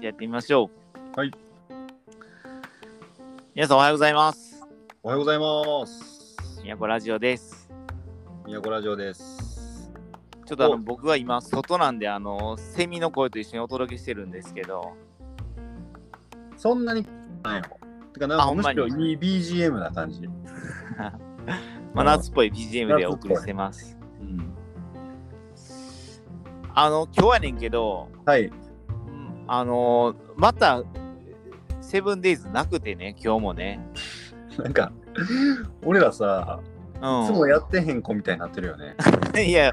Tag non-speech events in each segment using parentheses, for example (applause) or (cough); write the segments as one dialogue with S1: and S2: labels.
S1: やってみましょう。
S2: はい。
S1: 皆さんおはようございます。
S2: おはようございます。
S1: 宮古ラジオです。
S2: 宮古ラジオです。
S1: ちょっとあの
S2: お
S1: 僕は今外なんであのセミの声と一緒にお届けしてるんですけど、
S2: そんなにないのてか、なん
S1: あ
S2: か
S1: ほん
S2: む
S1: ま
S2: し
S1: に
S2: ろいい BGM な感じ。
S1: まあ、夏っぽい BGM でお送りしてます。
S2: うん、
S1: あの今日はねんけど、
S2: はい。
S1: うんあのまたセブンデイズなくてね今日もね。
S2: なんか、 (laughs) 俺らさ、
S1: うん。
S2: いつもやってへん子みたいになってるよね。
S1: (laughs) いや、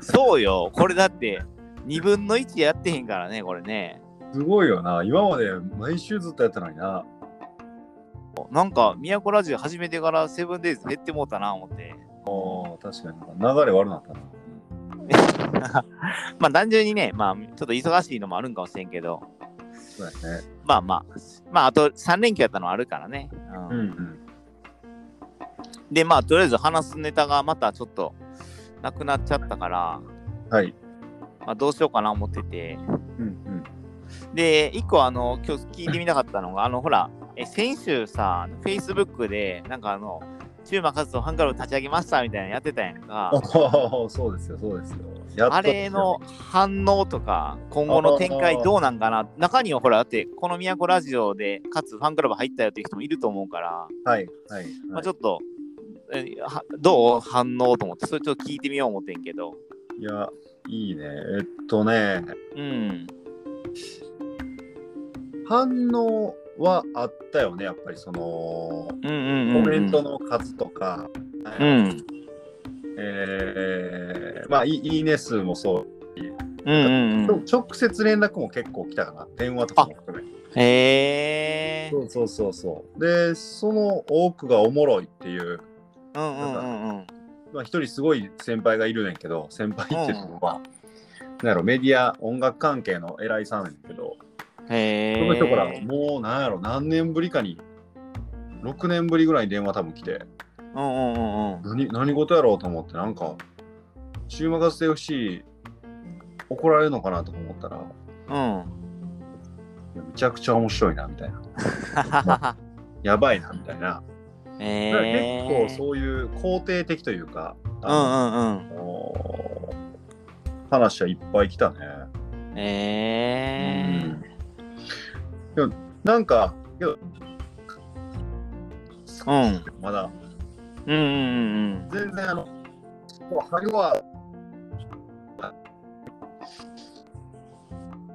S1: そうよ。これだって、2分の1やってへんからね、これね。
S2: すごいよな。今まで毎週ずっとやったのにな。
S1: なんか、宮古ラジオ始めてからセブンデイズ減ってもうたな、思って。
S2: おー確かになんか流れ悪なったな。
S1: まあ、単純にね、まあ、ちょっと忙しいのもあるんかもしれんけど、
S2: そうだね。
S1: まあまあ、まあ、あと3連休やったのはあるからね。う
S2: うん
S1: ん。
S2: うん。
S1: で、まあ、とりあえず話すネタがまたちょっとなくなっちゃったから、
S2: はい。
S1: まあ、どうしようかな思ってて。
S2: うんうん。
S1: で、一個、あの、今日聞いてみたかったのが、あの、ほら、え先週さ、Facebook で、なんかあの、中馬活動ハンガルを立ち上げましたみたいなのやってたやんか
S2: あ。ーそうですよ、そうですよ。やっと
S1: あれの。反応とか、今後の展開どうなんかな。中にはほら、だって、この都ラジオで、かつファンクラブ入ったよっていう人もいると思うから、
S2: はいはい。
S1: まあ、ちょ
S2: ょ
S1: っと、えはどう反応と思って、それちょっと聞いてみよう思ってんけど。
S2: いや、いいね。えっとね。
S1: うん。
S2: 反応はあったよねやっぱりそのコ
S1: うんうんうん、うん。
S2: メントの数とか、
S1: うん。
S2: えーまあいいいいね数もそう、
S1: うんうんうん。
S2: 直接連絡も結構来たかな電話とかも含め
S1: へえ。
S2: そうそうそうそうでその多くがおもろいっていう
S1: うんうんうんうん。
S2: まあ一人すごい先輩がいるねんけど先輩っていうのは、なんやろメディア音楽関係の偉いさんやねんけど
S1: へえ。
S2: その人からもうなんやろ何年ぶりかに6年ぶりぐらいに電話多分来て。
S1: うんうんうんうん。
S2: 何何事やろうと思ってなんか「週末活性 FC」怒られるのかなとか思ったらい
S1: うん。
S2: やめちゃくちゃ面白いなみたいなやばいなみたいな、だから
S1: ええ。
S2: 結構そういう肯定的というか、
S1: うんうんうん。
S2: あの話はいっぱい来たね、
S1: ええ。
S2: うんでもなんかけど
S1: うん。
S2: まだ
S1: うんうん
S2: 全然あのもうハグは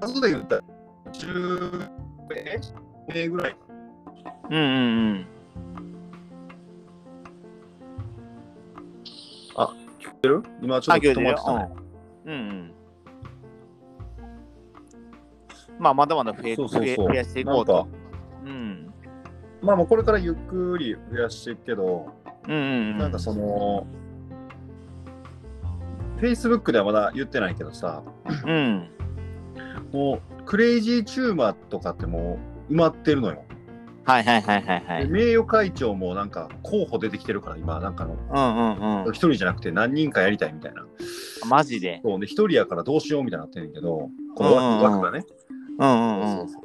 S2: 数で言ったら10名ぐらい
S1: うんうん。うんうんうん。
S2: 聞こえる今ちょっ
S1: 作業で
S2: と止ま
S1: よ
S2: ってたね。
S1: うんうんうん。まあ、まだまだ増え
S2: そう
S1: 増
S2: そう
S1: え
S2: そう
S1: 増やしてい
S2: な
S1: こ
S2: ん
S1: う
S2: か
S1: と。うん。
S2: まあもうこれからゆっくり増やしていくけど、
S1: うんうん
S2: な
S1: うんん
S2: か。その Facebook ではまだ言ってないけどさ
S1: うん。
S2: もうクレイジーチューマーとかってもう埋まってるのよ、
S1: はいはいはいはいはい。
S2: で
S1: うん
S2: 名誉会長もなんか候補出てきてるから今なんかの
S1: うんう。
S2: 一人じゃなくて何人かやりたいみたいなん
S1: マジで。
S2: そうね、一人やからどうしようみたいになってんねんけど、こ
S1: う
S2: の
S1: んうんうん
S2: 枠がね。
S1: うんう
S2: そ
S1: う
S2: うんそ
S1: ん
S2: う。そ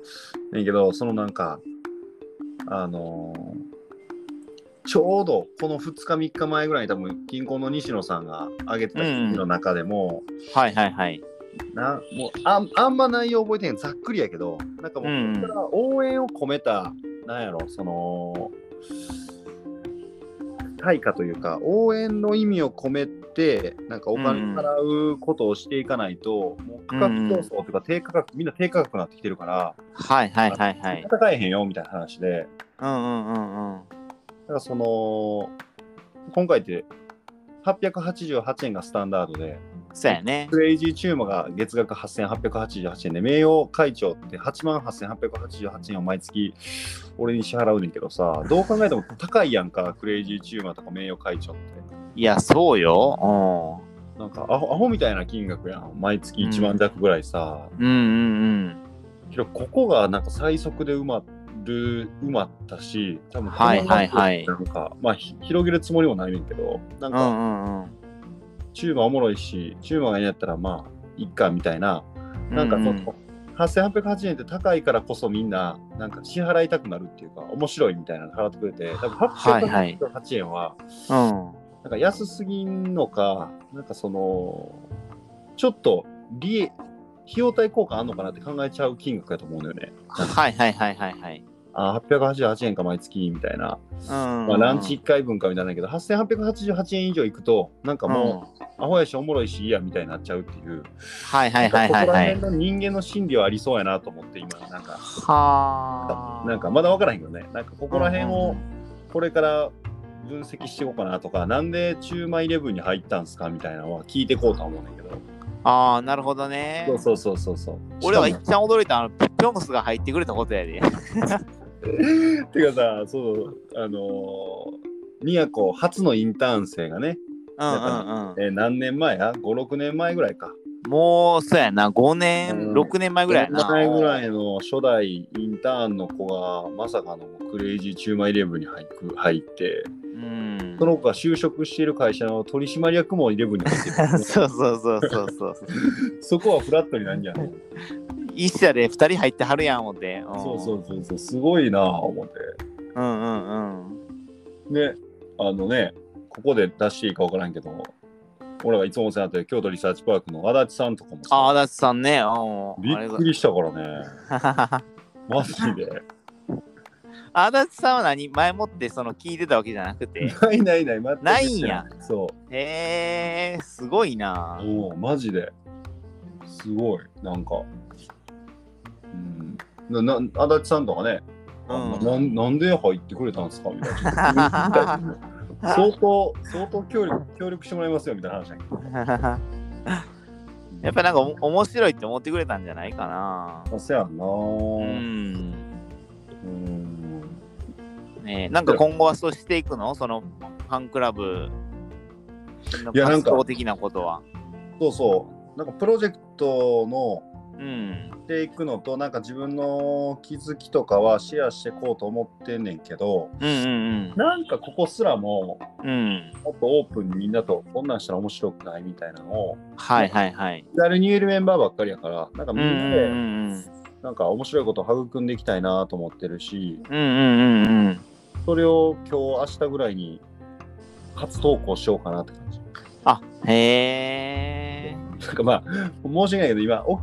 S2: うねんけど、そのなんか、あのーちょうどこの2日、3日前ぐらいに多分、銀行の西野さんが上げてた記事の中でも、
S1: はいはいはい。
S2: なもうああんま内容覚えてへん、ざっくりやけど、なんかもう、
S1: うんうん
S2: それから応援を込めた、なんやろ、その、対価というか、応援の意味を込めて、なんかお金払うことをしていかないと、もう価格競争というか、低価格、みんな低価格になってきてるから、
S1: はいはいはいはい。
S2: 戦えへんよみたいな話で、
S1: うんうんうんうん。
S2: だからその、今回って、888円がスタンダードで、
S1: そうやね。
S2: クレイジーチューマが月額8888円で、名誉会長って8万8888円を毎月俺に支払うねんけどさ、どう考えても高いやんか、クレイジーチューマとか名誉会長って。
S1: いや、そうよ。
S2: なんかアホアホみたいな金額やん、毎月1万弱ぐらいさ。
S1: うん。うんうん
S2: けど、ここがなんか最速で埋まる埋まったし、多分
S1: はいはいはい
S2: なんか、まあ、ひ広げるつもりもないねんけど、なん
S1: うん。う
S2: か、
S1: んうんうん。
S2: チューマおもろいし、チューマがいいんやったらまあ、いっかみたいななんかその、
S1: うんうん
S2: 8880円って高いからこそみんななんか支払いたくなるっていうか面白いみたいなの払ってくれて多分
S1: はいはい
S2: 888円は
S1: うん。
S2: なんか安すぎんのかなんかそのちょっと利益費用対効果あんのかなって考えちゃう金額だと思うんだよね。
S1: はいはいはいはいはい。
S2: あ888円か毎月みたいな、
S1: うん。
S2: まあ、ランチ1回分かみたいなんだけど8888円以上いくとなんか
S1: うん
S2: もう、アホやしおもろいしいいやみたいになっちゃうっていう、
S1: はいはいはいはいは
S2: なん
S1: い。
S2: かここら辺の人間の心理はありそうやなと思って今なんか
S1: はあ。
S2: なんかまだ分からへんけどねなんかここら辺
S1: う
S2: を
S1: んうん
S2: これから分析していこうかなとか、なんで中馬イレブンに入ったんすかみたいなのは聞いていこうとは思うねんだけど、
S1: ああ、なるほどね。
S2: そうそうそうそうそう
S1: 俺は
S2: しか
S1: 一番驚いたあのピョンスが入ってくれたことやで。
S2: もてかさそうあのー宮古初のインターン生がね、
S1: うんうんうん。
S2: えー何年前や56年前ぐらいか
S1: もうそうやな、5年、
S2: うん
S1: 6年前ぐらいやな。
S2: 前ぐらいの初代インターンの子がまさかのクレイジーチューマイレブンに入く入って
S1: うん
S2: そ。の子が就職している会社の取締役もイレブンに入って
S1: (laughs)
S2: る
S1: そうそうそうそうそう。
S2: そこはフラットになんじゃない
S1: 一社で2人入ってはるやん思って。ん
S2: そうそうそうそうすごいなあ思って
S1: うんうんうん。
S2: であのねここで出していいか分からんけど俺がいつもお世話になってる京都リサーチパークの足立さんとかもさ
S1: あ、足立さんね。うん。
S2: びっくりしたからね
S1: あり
S2: マジで
S1: がとう (laughs) 足立さんは何前もってその聞いてたわけじゃなくて。
S2: ないないない全く
S1: ないんや
S2: そう
S1: へえー、すごいな。
S2: おおマジですごいなんかうんなな足立さんとかね、
S1: うん
S2: なんなんで入ってくれたんですかみたい
S1: (laughs)
S2: な相当相当協力協力してもらいますよみたいな話だけど
S1: やっぱなんかお面白いって思ってくれたんじゃないかな。
S2: あせやんな
S1: う
S2: ー
S1: ん。
S2: うん
S1: ねえ、なんか今後はそうしていくのそのファンクラブの
S2: いやなん
S1: 活
S2: か
S1: 動的なことは。
S2: そうそうなんかプロジェクトの
S1: うん。
S2: していくのとなんか自分の気づきとかはシェアしていこうと思ってんねんけど
S1: うんうん
S2: なんかここすらも
S1: うん。うん。
S2: もっとオープンにみんなとこんなんしたら面白くないみたいなのを
S1: はいはいはい。
S2: 気軽に言えるメンバーばっかりやからなんか
S1: うん
S2: み
S1: うん
S2: なんで
S1: うん
S2: なんか面白いことを育んでいきたいなと思ってるし
S1: うん。うんうんうんうん。
S2: それを今日明日ぐらいに初投稿しようかなって感じ
S1: あへえ。
S2: なんかまあ申し訳ないけど今お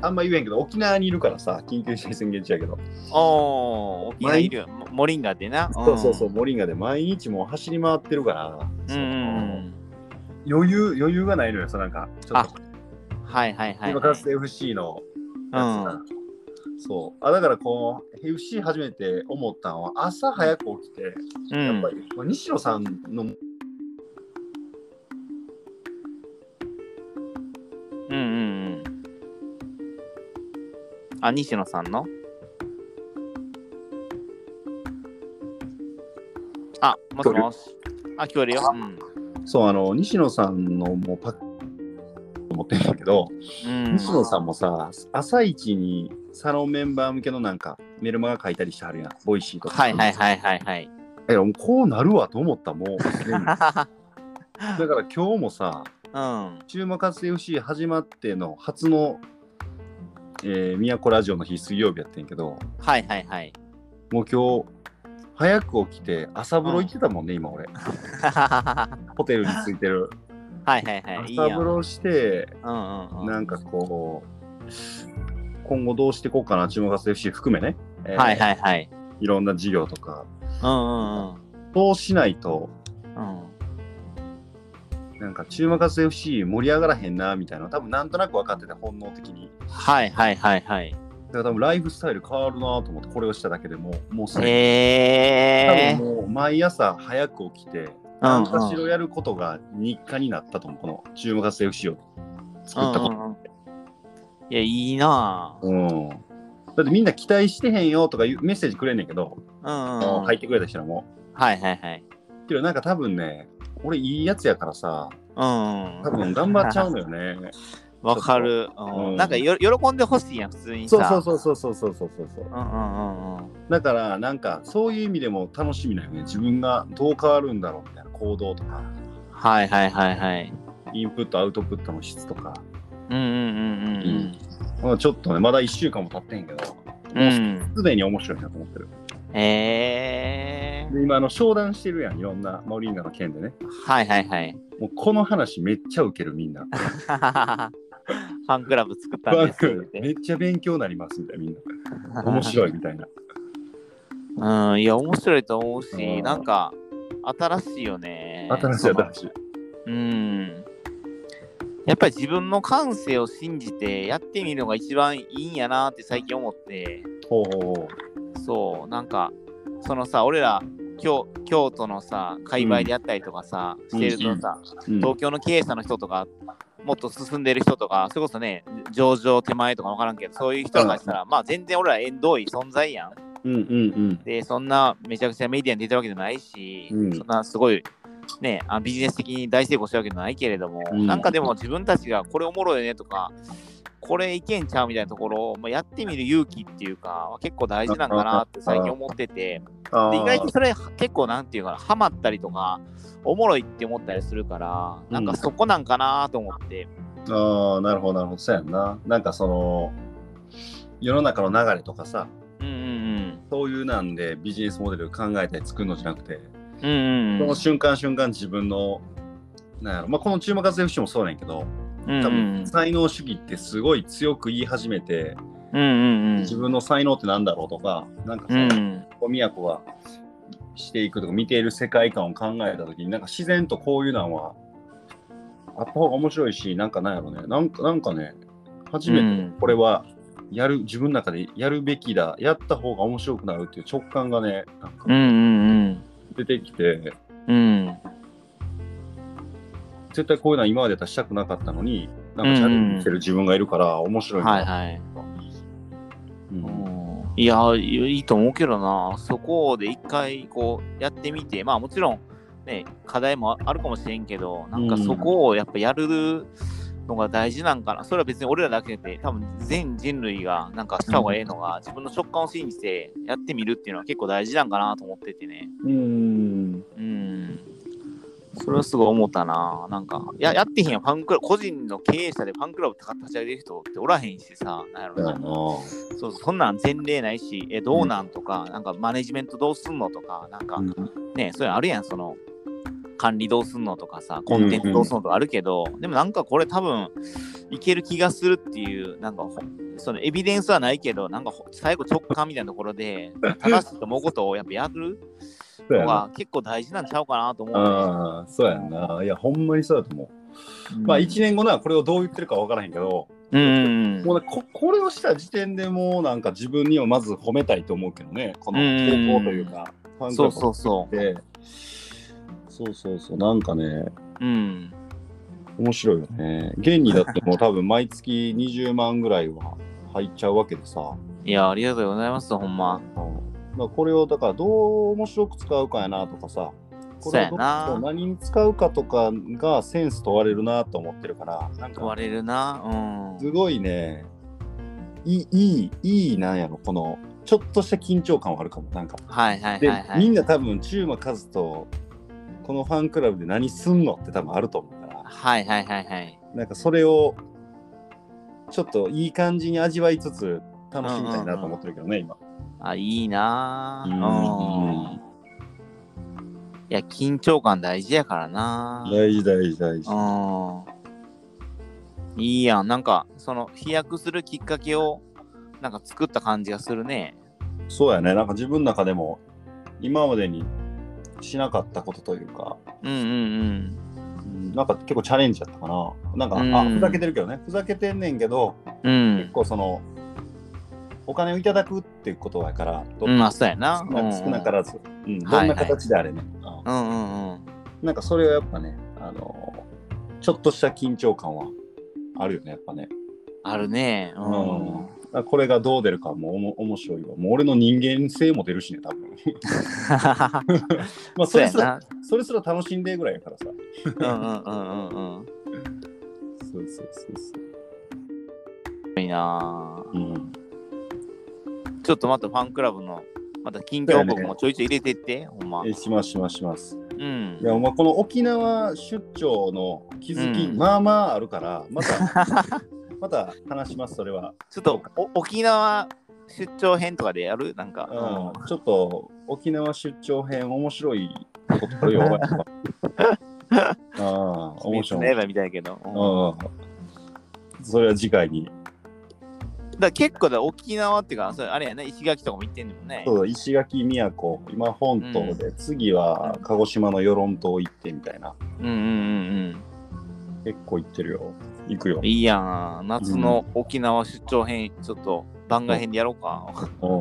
S2: あんま言えんけど沖縄にいるからさ緊急事態宣言中やけど、
S1: おお、沖縄いるよ。モモリンガってな。ん
S2: そうそうそう。モリンガで毎日もう走り回ってるから、
S1: うんうん
S2: その余裕余裕がないのよそのなんかちょっと
S1: うん。はいはいはい
S2: 今
S1: は
S2: か
S1: い。
S2: つて FC の
S1: う
S2: やつ
S1: ん
S2: な。そうあだからこう FC 初めて思ったのは朝早く起きて、
S1: う
S2: やっ
S1: ん
S2: ぱ。り、まあ、西野さんの
S1: うんうんうん。あ、西野さんのあ、もしもし。あ、聞こえるよ。うん。
S2: そうあの西野さんのもうパック持ってるんだけど、
S1: うん、
S2: 西野さんもさ朝一にサロンメンバー向けのなんかメルマガ書いたりしてはるやんボイシーとか
S1: はいはいはいはいはい。
S2: いやもうこうなるわと思ったもう
S1: (laughs)
S2: だから今日もさ
S1: うん。
S2: 「注目活 FC」始まっての初の「えー、都ラジオ」の日水曜日やってんけど
S1: はいはいはい。 (laughs)
S2: もう今日早く起きて朝風呂行ってたもんね、今俺
S1: は
S2: ホテルに着いてる
S1: い (laughs) はいはい。いい
S2: 朝
S1: やん。う
S2: 風
S1: ん
S2: 呂して
S1: うんうん。
S2: なんかこう今後どうしていこうかな注目活 FC 含めね、えー
S1: はいはいはい。
S2: いろんな事業とか
S1: うんうんうん。
S2: そうしないと
S1: うん、
S2: なんか注目活 FC 盛り上がらへんなみたいな多分なんとなく分かってて本能的に
S1: はいはいはいはい。
S2: だから多分ライフスタイル変わるなと思ってこれをしただけでもうもうそれ、
S1: へ
S2: 多
S1: ー。
S2: 分もう毎朝早く起きて
S1: うん
S2: 何
S1: うん
S2: かしろやることが日課になったと思うこの注目活 FC を作ったこ
S1: う
S2: と、
S1: んうんうんいや、いいなぁ。
S2: うんだってみんな期待してへんよとかいうメッセージくれんねんけど、
S1: うん、うん。
S2: 入ってくれた人らも。
S1: はいはいはい。
S2: けどなんか多分ね、俺いいやつやからさ、
S1: うん。
S2: 多分頑張っちゃうのよね。
S1: (laughs) わかる。
S2: う
S1: うんん、なんかよ喜んでほしいやん、普通にさ。
S2: そうそうそうそうそうそうそうそう。
S1: うんうんうんうん。
S2: だからなんかそういう意味でも楽しみだよね。自分がどう変わるんだろうみたいな行動とか、
S1: はいはいはいはい。
S2: インプットアウトプットの質とか。
S1: うんうんうんうんうん。
S2: まあ、ちょっとね、まだ1週間も経ってへんけど、
S1: うん。
S2: すでに面白いなと思ってる。
S1: ええ
S2: で、今、あの、商談してるやん、いろんなマウリーナの件でね。
S1: はいはいはい。 (laughs)
S2: もう、この話めっちゃウケる、みんな。
S1: ファンクラブ作ったん
S2: バ
S1: で
S2: ン
S1: す
S2: ク (laughs) めっちゃ勉強になります、みたいな、みん
S1: (laughs)
S2: な。面
S1: い。
S2: 白い、みたいな。
S1: うん、いや、面白いと思う
S2: う
S1: し、
S2: ん
S1: なんか、新しいよね。
S2: 新しい、新しい。
S1: うん。やっぱり自分の感性を信じてやってみるのが一番いいんやなって最近思って、
S2: ほうほうほ
S1: そう、なんか、そのさ、俺ら、京京都のさ、界隈でやったりとかさ、
S2: うん
S1: してるとさ、
S2: う。うん、
S1: 東京の経営者の人とか、もっと進んでる人とか、それこそね、上場手前とか分からんけど、そういう人がしたら、まあ全然俺ら縁遠い存在やん。
S2: うん、うん、
S1: で、そんなめちゃくちゃメディアに出てるわけでもないし、
S2: うん
S1: そんなすごい、ね、あビジネス的に大成功したわけでもないけれども、
S2: うん
S1: なんかでも自分たちがこれおもろいねとか、これいけんちゃうみたいなところを、まあ、やってみる勇気っていうか、結構大事なんかなって最近思ってて、
S2: あ
S1: で
S2: ー
S1: 意外とそれ結構なんていうかな、ハマったりとか、おもろいって思ったりするから、なんかそこなんかなと思って、
S2: ああ、なるほど、なるほど。そうやんな。なんかその、世の中の流れとかさ、
S1: うんうん
S2: そういうなんでビジネスモデル考えたり作るのじゃなくて、
S1: うん。うん
S2: そ
S1: うん
S2: の瞬間瞬間自分の、なんやろ、まあ、この注目活躍してもそうなんやけど、
S1: うん。
S2: 多分才能主義ってすごい強く言い始めて、
S1: うんうんうん。
S2: 自分の才能ってなんだろうとか、なんか
S1: う
S2: その、
S1: ん
S2: こう宮子がしていくとか見ている世界観を考えた時に、なんか自然とこういうのはあった方が面白いし、なんかなんやろね、なんかなんかね、初めて
S1: うん
S2: これはやる自分の中でやるべきだやった方が面白くなるっていう直感がねなん
S1: うんう
S2: か
S1: ん
S2: 出てきて
S1: うん。うん
S2: 絶対こういうのは今まで出したくなかったのになんかチャレンジしてる自分がいるから面白いな、
S1: はいはい。
S2: うん
S1: いや、いいと思うけどな、そこで一回こうやってみて、まあもちろん、ね、課題もあるかもしれんけど、なんかそこをやっぱやるのが大事なんかな。それは別に俺らだけで、多分全人類がなんかした方がええのが、自分の直感を信じてやってみるっていうのは結構大事なんかなと思っててね。
S2: うん
S1: うん。それはすごい思ったな。なんか、ややってへんやん、ファンクラブ、個人の経営者でファンクラブ立ち上げる人っておらへんしさ、なんやろ
S2: だ
S1: な
S2: よな
S1: そうそんなん前例ないし、え、どうなんとか、なんかマネジメントどうすんのとか、なんか
S2: うん
S1: ね、そういうのあるやん、その、管理どうすんのとかさ、コンテンツどうすんのとかあるけど、でもなんかこれ多分、いける気がするっていう、なんかほ、そのエビデンスはないけど、なんかほ最後直感みたいなところで、正しいと思うことをやっぱやる
S2: そうや
S1: の
S2: な
S1: が結構大事なんちゃうかなと思うね。
S2: あーそうやんないやほんまにそうだと思
S1: う
S2: う、
S1: ん
S2: まあ1年後なこれをどう言ってるかわからへんけど
S1: うんうん
S2: もうねここれをした時点でもうなんか自分にはまず褒めたいと思うけどねこの
S1: うん
S2: 投稿というか、フ
S1: うん。
S2: ァンク
S1: そ
S2: ラ
S1: う
S2: ブ
S1: そうそ
S2: でそうそうそうなんかね
S1: う。うん。
S2: 面白いよね現にだってもう多分毎月20万ぐらいは入っちゃうわけでさ
S1: いや、ありがとうございます、ほんま。
S2: うんだからこれをだからどう面白く使うかやなとかさこれをど
S1: そうやな
S2: そう何に使うかとかがセンス問われるなと思ってるからなん
S1: 問わ
S2: か
S1: れるな。うん。
S2: すごいねいいいいいいなんやろこのちょっとした緊張感はあるかもなんか
S1: はいはい
S2: で、
S1: はいはい。
S2: みんな多分中馬和とこのファンクラブで何すんのって多分あると思うから
S1: はいはいはいはい。
S2: なんかそれをちょっといい感じに味わいつつ楽しみたいなと思ってるけどね、今。
S1: あ、いいなぁ。
S2: うん
S1: うん。いや、緊張感大事やからなぁ。
S2: 大事大事大事。
S1: うん。いいやん。なんか、その、飛躍するきっかけを、なんか作った感じがするね。
S2: そうやね、なんか自分の中でも今までにしなかったことというか、
S1: うんうん
S2: うんなんか結構チャレンジだったかな。なんか、あ
S1: うん
S2: ふざけてるけどね、ふざけてんねんけど、
S1: う
S2: 結
S1: ん。
S2: 構その、お金をいただくっていうことやから、ど
S1: うん。うん、あ、そうやな。
S2: 少な少なからず、うんど
S1: はい
S2: んな形であれね、うん
S1: うんうんうん。
S2: なんかそれはやっぱね、あのーちょっとした緊張感はあるよね、やっぱね。
S1: あるね。う
S2: うん
S1: ん。
S2: あこれがどう出るかもおも面白いわ。もう俺の人間性も出るしね、多分。 (laughs)
S1: (laughs)
S2: まあそ
S1: そう
S2: れ
S1: や
S2: すら、
S1: な。
S2: それすら楽しんでぐらいやからさ。そ
S1: うんうんうんうんうん。
S2: うそうそう
S1: いいなぁ。
S2: そう。うん、
S1: ちょっとまたファンクラブの、また近況報告もちょいちょい入れてって、ほんま。
S2: えしますしますします。
S1: うん
S2: い。や、お前この沖縄出張の気づき、
S1: うん
S2: (laughs) まあまああるから、またまた話します、それは。
S1: ちょっとお沖縄出張編とかでやるなんか、
S2: うん、ちょっと沖縄出張編面白いことこれよ。 (laughs)
S1: うん、
S2: ああ、面
S1: 面
S2: 白
S1: 白
S2: い。
S1: いみたいやけど、うんだか
S2: うん。それは次回に。
S1: ら結構だ沖縄っていうかそれあれやね石垣とかも行ってんのもんね
S2: そうだ石垣宮古、今本島で、次は鹿児島の与論島行ってみたいな。
S1: うんうんうん
S2: 結構行ってるよ。行くよ
S1: うん。いいやん夏の沖縄出張編ちょっと番外編でやろうか、 (laughs)
S2: う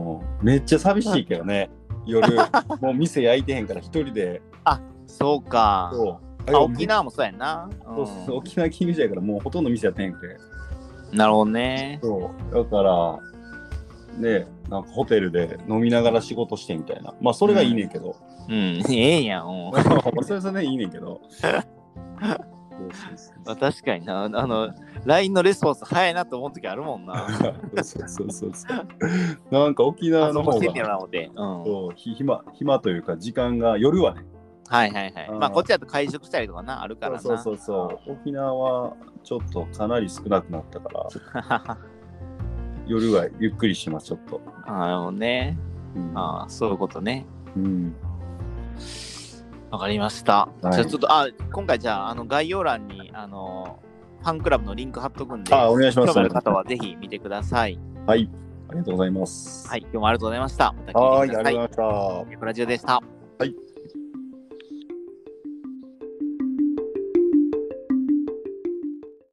S2: んめっちゃ寂しいけどね。夜、もう店焼いてへんから一人で。
S1: そうか
S2: そう
S1: あ沖縄もそうやんな、うん
S2: そうそうそう沖縄勤務時代からもうほとんど店やってへんくて。
S1: なるほどね
S2: そう。だから、ね、なんかホテルで飲みながら仕事してみたいな。まあ、それがいいねんけど。
S1: うんええやん、うん
S2: まあ (laughs) それそれでいいねん
S1: (laughs)
S2: けど。そう
S1: まあ確かになあの LINE のレスポンス早いなと思う時あるもんな
S2: そうそうそうそう。なんか沖縄
S1: あ
S2: の
S1: の教え
S2: 方
S1: ても
S2: が。
S1: らおうて、うん、は
S2: そうひ暇暇というか時間が夜はね
S1: いはいはい
S2: うん
S1: まあこっちだと会食したりとかなあるからな
S2: そうそうそうそう沖縄はちょっとかなり少なくなったから
S1: (laughs) あ
S2: 夜はゆっくりしますちょっと、
S1: なるほどね。
S2: うん
S1: ああ、そういうことね。
S2: うん、
S1: わかりました。
S2: はい
S1: じゃあちょっと、あ今回じゃあ、あの概要欄に、あの、ファンクラブのリンク貼っとくんで、
S2: ああお願いします
S1: 興味ある方はぜひ見てください。
S2: はいありがとうございます
S1: はい、今日もありがとうございました。また聞
S2: はいい
S1: てく
S2: あ
S1: ださい。
S2: りがとうございました
S1: ミクラジオでした。
S2: はい